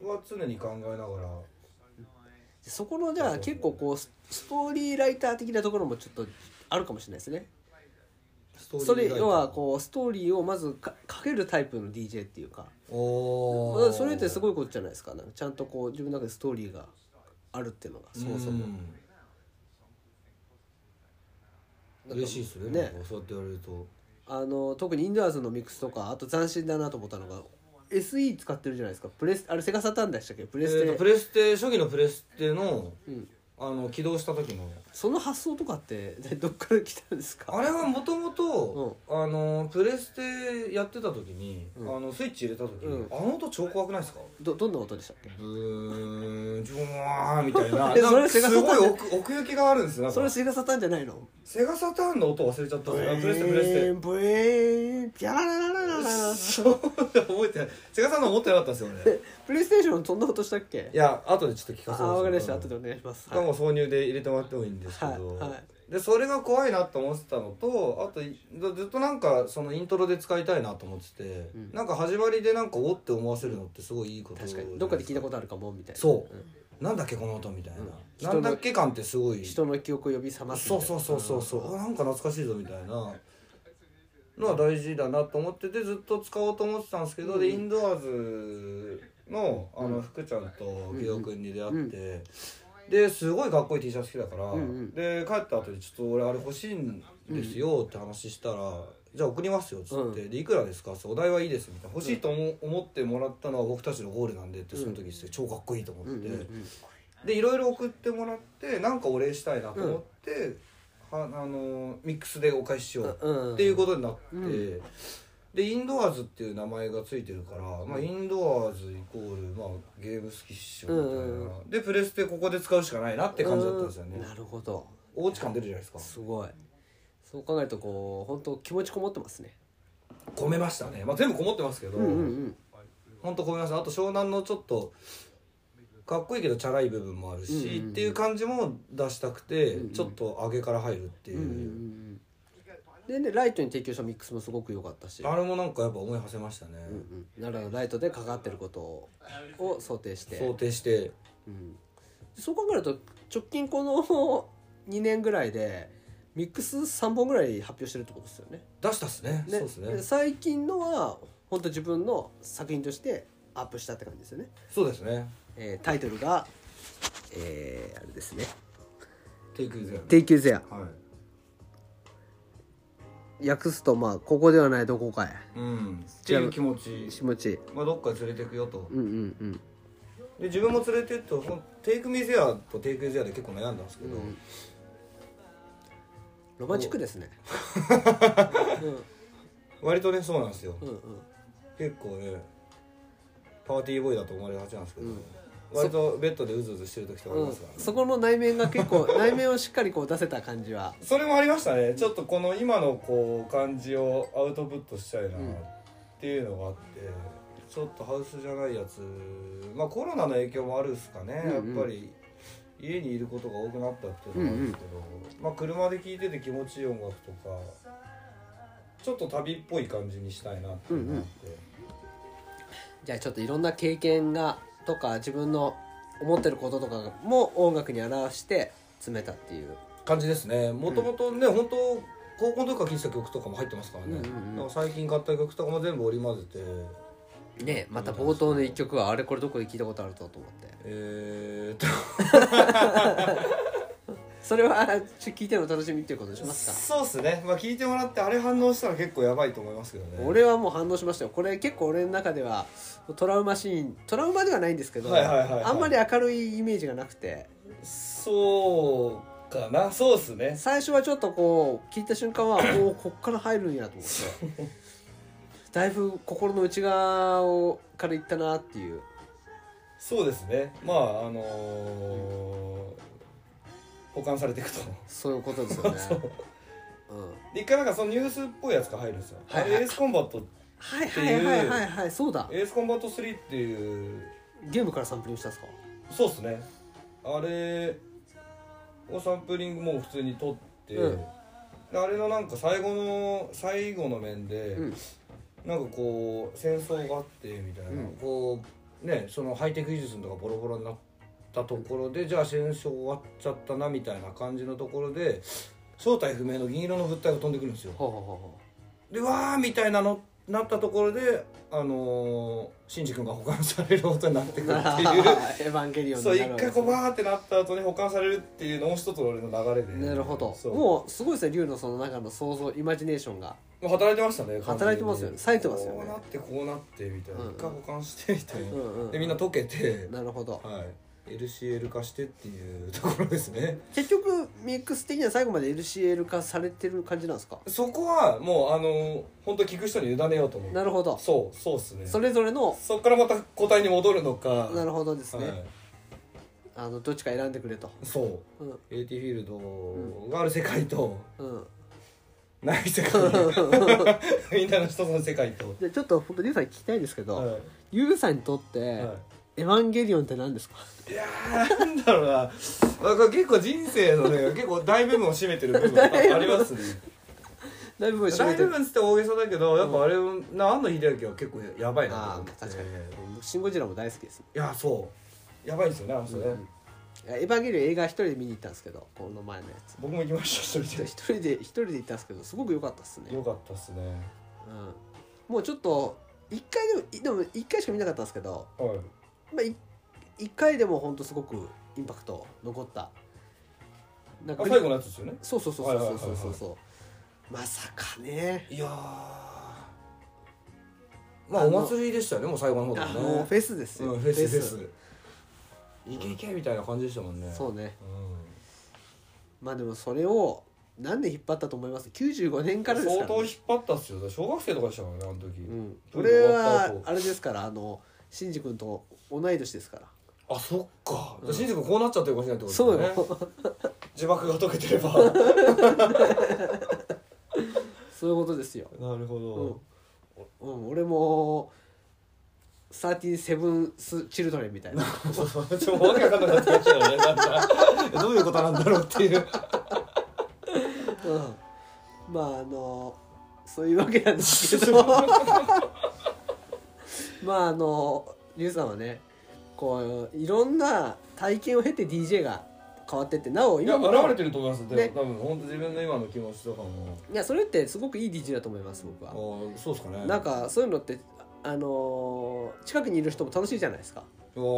Speaker 1: う
Speaker 2: な、
Speaker 1: ん
Speaker 2: は常に考えながら
Speaker 1: そこのじゃあ結構こうスストーリーライター的なところもちょっとあるかもしれないですね
Speaker 2: スト
Speaker 1: それ
Speaker 2: ライター
Speaker 1: 要はこうストーリーをまずか書けるタイプの DJ っていうか
Speaker 2: お
Speaker 1: まあそれってす
Speaker 2: い
Speaker 1: ごいことじゃないですかなんかちゃんとこう自分の中でストーリーがあるっていうのがそもそも
Speaker 2: 嬉しいですね
Speaker 1: ね
Speaker 2: なんかそうやって言われると
Speaker 1: あの特にインドアーズのミックスとかあと斬新だなと思ったのが SE 使ってるじゃないですかプレスあれセガサターンでしたっけプ
Speaker 2: え
Speaker 1: レス
Speaker 2: ーと
Speaker 1: テ、
Speaker 2: プレステ初期のプレステの
Speaker 1: うん、
Speaker 2: あの起動した時の
Speaker 1: その発想とかってねどっから来たんですか
Speaker 2: あれはもともとあのプレステやってた時に、
Speaker 1: ん
Speaker 2: あのスイッチ入れた時に、
Speaker 1: うん
Speaker 2: あの音超怖くないですか
Speaker 1: どどんな音でしたっけ
Speaker 2: ブーンジュワーンみたい な
Speaker 1: えそれ
Speaker 2: なんか
Speaker 1: セガサ
Speaker 2: す
Speaker 1: タ
Speaker 2: ごい
Speaker 1: ーン
Speaker 2: 奥奥行きがあるんですよなん
Speaker 1: それ
Speaker 2: か
Speaker 1: セガサターンじゃないの
Speaker 2: セガサターンの音忘れちゃったんですよあプレステプレ
Speaker 1: ブイー
Speaker 2: ス
Speaker 1: ンブイーンピャラララララララ
Speaker 2: テそう覚えてないセガサターンの持ってなかったんですよね
Speaker 1: プレイステーションそんな音したっけ
Speaker 2: いや後でちょっと聞
Speaker 1: あ
Speaker 2: かせ
Speaker 1: わかりま
Speaker 2: ま
Speaker 1: し
Speaker 2: す
Speaker 1: た後でお願いします
Speaker 2: しかも挿入で入れてもらってもいいんですけど、
Speaker 1: はいは
Speaker 2: でそれが怖いなと思ってたのとあといずっとなんかそのイントロで使いたいなと思ってて、
Speaker 1: ん
Speaker 2: なんか始まりでなんかおって思わせるのってすごいいいこと
Speaker 1: 確かにどっかで聞いたことあるかもみたいな
Speaker 2: そう、なんだっけこの音みたいな、なんだっけ感ってすごい
Speaker 1: 人の記憶を呼び覚ますみた
Speaker 2: そ
Speaker 1: いうな
Speaker 2: そうそうそうそうあなんか懐かしいぞみたいなのは大事だなと思っててずっと使おうと思ってたんですけど、でインドアーズのあの福ちゃんと木戸君に出会って、ですごいかっこいい T シャツ好きだから、
Speaker 1: んうん
Speaker 2: で帰った後に「ちょっと俺あれ欲しいんですよ」って話したら「じゃあ送りますよ」っつって、でいくらですか?」ってお題はいいです」みたいな「欲しいと思思ってもらったのは僕たちのゴールなんで」ってその時にして超かっこいいと思って。でいろいろ送ってもらってなんかお礼したいなと思って、はあのミックスでお返ししよう
Speaker 1: うん
Speaker 2: っていうことになって、でインドアーズっていう名前がついてるから、まあ、インドアーズイコール、まあ、ゲーム好きっしょみたいな、
Speaker 1: うんうん
Speaker 2: でプレステここで使うしかないなって感じだったんですよね
Speaker 1: うなるほど
Speaker 2: おうち感出るじゃないですか
Speaker 1: すごいそう考えるとこう本当気持ちこもってますね
Speaker 2: 込めましたね、まあ、全部こもってますけど、
Speaker 1: うんうんうん
Speaker 2: ほんと込めましたあと湘南のちょっとかっこいいけどチャラい部分もあるし、
Speaker 1: うんうんうん
Speaker 2: っていう感じも出したくて、
Speaker 1: うんうん
Speaker 2: ちょっと上げから入るっていうう、
Speaker 1: んうんうんでねライトに提供したミックスもすごく良かったし
Speaker 2: あれもなんかやっぱ思い馳せましたね、
Speaker 1: うんうんならライトでかかってることをを想定して
Speaker 2: 想定して
Speaker 1: うん、そう考えると直近この 2年ぐらいでミックス3本ぐらい発表してるってことですよね
Speaker 2: 出したっすね
Speaker 1: ね
Speaker 2: そうですね
Speaker 1: で最近のは本当自分の作品としてアップしたって感じですよね、
Speaker 2: そうですね
Speaker 1: えータイトルがえーあれですね
Speaker 2: テイクゼロ
Speaker 1: 「定休ゼア
Speaker 2: は」
Speaker 1: 訳すとまあここではないどこかへ
Speaker 2: いうんっていう気持ち
Speaker 1: 気持ちいい
Speaker 2: まあ、どっかに連れてくよと
Speaker 1: うんうんうん
Speaker 2: で自分も連れてってこのテイクミーゼアとテイクイゼアで結構悩んだんですけど、
Speaker 1: うんロマンチックですね
Speaker 2: 割とねそうなんですよ、
Speaker 1: うんうんうん
Speaker 2: 結構ねパーティーボーイだと思われがちなんですけど、割とベッドでうずうずしてる時とかあ
Speaker 1: う
Speaker 2: りま
Speaker 1: ん
Speaker 2: すから、ね
Speaker 1: そこの内面が結構内面をしっかりこう出せた感じは
Speaker 2: それもありましたねちょっとこの今のこう感じをアウトプットしたいなっていうのがあって、ちょっとハウスじゃないやつまあコロナの影響もあるっすかね、
Speaker 1: うんうん
Speaker 2: やっぱり家にいることが多くなったっていうのもあるんですけど、まあ車で聴いてて気持ちいい音楽とかちょっと旅っぽい感じにしたいなっていうのがあって、
Speaker 1: じゃあちょっといろんな経験がとか自分の思ってることとかも音楽に表して詰めたっていう
Speaker 2: 感じですねもともとね、本当高校の時から聴いてた曲とかも入ってますからね、
Speaker 1: うんうんうん
Speaker 2: だから最近買った曲とかも全部織り交ぜて。
Speaker 1: ねまた冒頭の一曲はあれこれどこで聞いたことあるぞと思って
Speaker 2: えーっと
Speaker 1: それはちょ聞いてのお楽しみっていうことにしますか
Speaker 2: そうっすねまあ聞いてもらってあれ反応したら結構やばいと思いますけどね
Speaker 1: 俺はもう反応しましたよこれ結構俺の中ではトラウマシーントラウマではないんですけど
Speaker 2: はいはいはいはい
Speaker 1: あんまり明るいイメージがなくて
Speaker 2: そうかなそうっすね
Speaker 1: 最初はちょっとこう聞いた瞬間 はおおこっから入るんやと思ってだいぶ心の内側をからいったなっていう
Speaker 2: そうですねまああのー保管されて いくと
Speaker 1: そういうことです よねうん
Speaker 2: で一回なんかそのニュースっぽいやつが入るんですよ、
Speaker 1: はいはい
Speaker 2: あれエースコンバット
Speaker 1: はいはいはいはいはいそうだ
Speaker 2: エースコンバット3っていう
Speaker 1: ゲームからサンプリングしたんですか
Speaker 2: そうっすねあれをサンプリングもう普通に取って、
Speaker 1: うん
Speaker 2: であれのなんか最後の最後の面で、
Speaker 1: うん
Speaker 2: なんかこう戦争があってみたいな、
Speaker 1: うん
Speaker 2: こうねそのハイテク技術のとかボロボロになったところでじゃあ戦争終わっちゃったなみたいな感じのところで正体不明の銀色の物体が飛んでくるんですよ。
Speaker 1: ほうほうほうほ
Speaker 2: でわーみたいなのなったところであのー、シンジ君が保管されることになって
Speaker 1: う
Speaker 2: くる
Speaker 1: なあ
Speaker 2: って
Speaker 1: エ
Speaker 2: いう。
Speaker 1: ヴァンゲリオン
Speaker 2: そう一回こう
Speaker 1: な
Speaker 2: バーってなった後に保管されるっていうのも一つの俺の流れで
Speaker 1: なるほど
Speaker 2: そう
Speaker 1: もうすごいですね龍のその中の想像イマジネーションが
Speaker 2: もう働いてましたね完全に
Speaker 1: 働いてますよね冴えてますよね
Speaker 2: こうなってこうなってみたいな、
Speaker 1: うん
Speaker 2: 一回保管してみたいな、
Speaker 1: うんうんうん
Speaker 2: でみんな溶けて、
Speaker 1: なるほど
Speaker 2: はい、LCL 化してっていうところですね
Speaker 1: 結局ミックス的には最後まで LCL 化されてる感じなんですか
Speaker 2: そこはもうあの本当聞く人に委ねようと思
Speaker 1: な
Speaker 2: う
Speaker 1: るほど
Speaker 2: そうそうっすね
Speaker 1: そ
Speaker 2: そ
Speaker 1: れぞれの
Speaker 2: こからまた個体に戻るのか
Speaker 1: なるほどですね、
Speaker 2: はい
Speaker 1: あのどっちか選んでくれと
Speaker 2: そう
Speaker 1: うん
Speaker 2: AT フィールドがある世界と、
Speaker 1: うん
Speaker 2: ない世界 みんなの一つの世界と、
Speaker 1: でちょっと本当にリュウさんに聞きたいんですけど、
Speaker 2: は
Speaker 1: ユウさんにとって、
Speaker 2: いはい
Speaker 1: エヴァンゲリオンって何ですか
Speaker 2: いやーなんだろうな、まあ、これ結構人生のね結構 大部分を占めてる部分がありますね
Speaker 1: だいぶ占めて
Speaker 2: 大
Speaker 1: る
Speaker 2: 部分っつって大げさだけどやっぱあれ、な庵野秀明は結構やばいなと
Speaker 1: あ
Speaker 2: 思って
Speaker 1: あ確かに「シン・ゴジラ」も大好きです
Speaker 2: いやそうやばいですよねあの人ね、
Speaker 1: いやエヴァンゲリオン映画一人で見に行ったんですけどこの前のや つ
Speaker 2: 僕も行きました一人
Speaker 1: 一人で一人で行ったんですけどすごく良かったっす
Speaker 2: でよ
Speaker 1: ね、
Speaker 2: かったっすね
Speaker 1: うん、もうちょっと一回でもいでも一回しか見なかったんですけど、
Speaker 2: はい
Speaker 1: まあ、い一回でも本当すごくインパクト残ったなん
Speaker 2: あ最後のやつですよね
Speaker 1: そうそうそうそうそう
Speaker 2: はいはい
Speaker 1: そう
Speaker 2: はい
Speaker 1: そうまさかね
Speaker 2: いやーまあ
Speaker 1: あ
Speaker 2: お
Speaker 1: の
Speaker 2: 祭りでしたよねもう最後の方だ
Speaker 1: あの
Speaker 2: ね
Speaker 1: フェスですよ、
Speaker 2: うんフェスフェスいけいけみたいな感じでしたもんね
Speaker 1: そうね
Speaker 2: うん
Speaker 1: まあでもそれを何年引っ張ったと思います95年からです
Speaker 2: 相
Speaker 1: からね、
Speaker 2: 当引っ張ったっすよ小学生とかでしたからねあの時、
Speaker 1: うん、
Speaker 2: プール
Speaker 1: 俺
Speaker 2: 終わった
Speaker 1: は
Speaker 2: 後
Speaker 1: あれですからあのシンジ君と同い年ですから
Speaker 2: あそっかじゃあ新君こうなっちゃってるかもしれないってこと
Speaker 1: そう
Speaker 2: だよね
Speaker 1: よ
Speaker 2: 自爆が解けて れば
Speaker 1: そういうことですよ、
Speaker 2: なるほ
Speaker 1: うん
Speaker 2: ど、
Speaker 1: うん、俺も13セブンスチルドレンみたいな
Speaker 2: ちょっとわけわかんなくなってきましたよねなんかどういうことなんだろうっていう
Speaker 1: うんまああのそういうわけなんですけ どまああのリュウさんはねこういろんな体験を経て DJ が変わってってなお
Speaker 2: い
Speaker 1: 今
Speaker 2: や
Speaker 1: も
Speaker 2: 現れてると思います、
Speaker 1: ね
Speaker 2: ね、多分本当自分の今の気持ちとかも
Speaker 1: いやそれってすごくいい DJ だと思います僕は。
Speaker 2: あーそうですかね
Speaker 1: なんかそういうのってあのー近くにいる人も楽しいじゃないですか
Speaker 2: うわ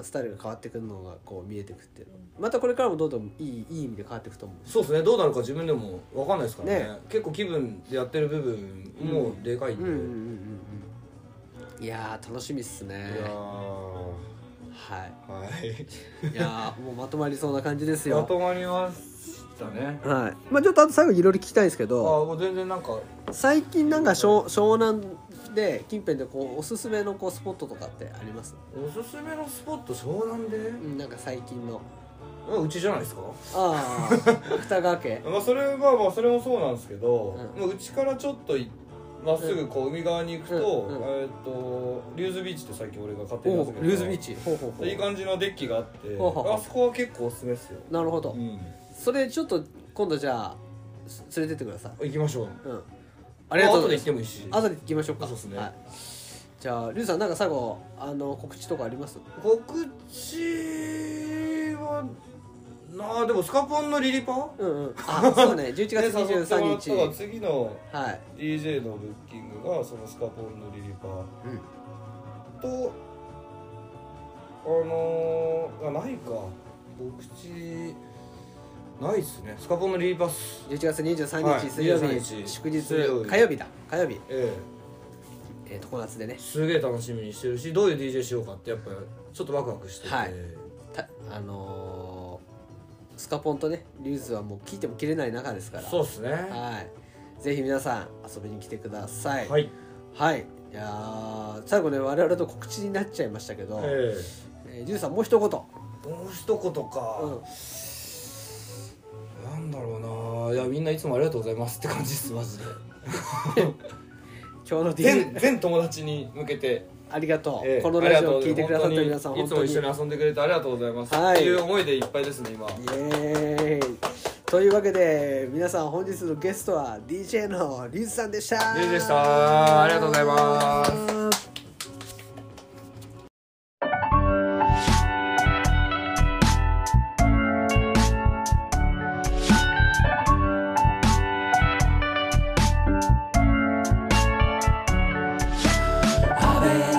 Speaker 1: あスタイルが変わってくるのがこう見えてくっていうのまたこれからもどんどんいいいい意味で変わっていくと思う
Speaker 2: そうですねどうなるか自分でも分かんないですからね
Speaker 1: ね
Speaker 2: 結構気分でやってる部分もうでかいん
Speaker 1: う
Speaker 2: で、
Speaker 1: んうんうんうんいやー楽しみっすね
Speaker 2: いやーは
Speaker 1: はいいいやーもうまとまりそうな感じです
Speaker 2: ま
Speaker 1: よ
Speaker 2: とまりましたね
Speaker 1: はいまあちょっとあと最後いろいろ聞きたいんですけ
Speaker 2: あ
Speaker 1: ど
Speaker 2: もう全然なんか
Speaker 1: 最近なんか湘湘南で近辺でこうおすすめのこうスポットとかってあります
Speaker 2: おすすめのスポット湘南で
Speaker 1: うんなんか最近の
Speaker 2: まあうちじゃないですか
Speaker 1: ああ 芥川家
Speaker 2: まあそれまあまあそれもそうなんですけど
Speaker 1: う
Speaker 2: まあうち、からちょっといまっすぐこう海側に行くと、
Speaker 1: うんうん
Speaker 2: えーっとリューズビーチって最近俺が買ってるん
Speaker 1: お
Speaker 2: ですけど
Speaker 1: ルーズビーチほうほうほう
Speaker 2: いい感じのデッキがあって
Speaker 1: ほうほう
Speaker 2: あそこは結構おすすめですよ、
Speaker 1: なるほど、
Speaker 2: うん、
Speaker 1: それちょっと今度じゃあす連れてってください
Speaker 2: 行きましょう
Speaker 1: うんありがとうご
Speaker 2: 後
Speaker 1: ざ
Speaker 2: で
Speaker 1: います
Speaker 2: 行ってもいいし
Speaker 1: 後で行きましょうか
Speaker 2: そうっすね
Speaker 1: はい、じゃあリュウさんなんか最後あの告知とかあります
Speaker 2: 告知はなあでもスカポンのリリパ
Speaker 1: うんうんあそう ね11月
Speaker 2: ね誘ってもら
Speaker 1: 23
Speaker 2: っ
Speaker 1: 日
Speaker 2: たら次の
Speaker 1: はい
Speaker 2: DJ のブッキングがそのスカポンのリリパ
Speaker 1: うん
Speaker 2: とあのー、あないか告知ないっすねスカポンのリリパっす
Speaker 1: 11月23日、
Speaker 2: はい
Speaker 1: 水曜日
Speaker 2: 23日
Speaker 1: 祝日
Speaker 2: 水曜日
Speaker 1: 火曜日だ火曜日
Speaker 2: え
Speaker 1: えー、常夏でね
Speaker 2: えすげえ楽しみにしてるしどういう DJ しようかってやっぱちょっとワクワクしてて、
Speaker 1: はいたあのースカポンとねリュウズはもう聞いても切れない中ですから
Speaker 2: そうっすね
Speaker 1: はいぜひ皆さん遊びに来てください
Speaker 2: はい、
Speaker 1: はい、いやー最後ね我々と告知になっちゃいましたけど、え
Speaker 2: え
Speaker 1: ージュンさんもう一言、
Speaker 2: えもう一言か、なんだろうないやみんないつもありがとうございますって感じですマ ジで
Speaker 1: 今日の DJ
Speaker 2: 全全友達に向けて、
Speaker 1: ありがとう、
Speaker 2: ええ
Speaker 1: このラジオを聞いてくださった皆さん
Speaker 2: あり
Speaker 1: 本
Speaker 2: がと
Speaker 1: 当
Speaker 2: う
Speaker 1: に
Speaker 2: いつも一緒に遊んでくれてありがとうございます、
Speaker 1: はい
Speaker 2: っていう思いでいっぱいですね今
Speaker 1: イエーイというわけで皆さん本日のゲストは DJ のリュウジさんでした
Speaker 2: リュウジでしたありがとうございます
Speaker 3: 「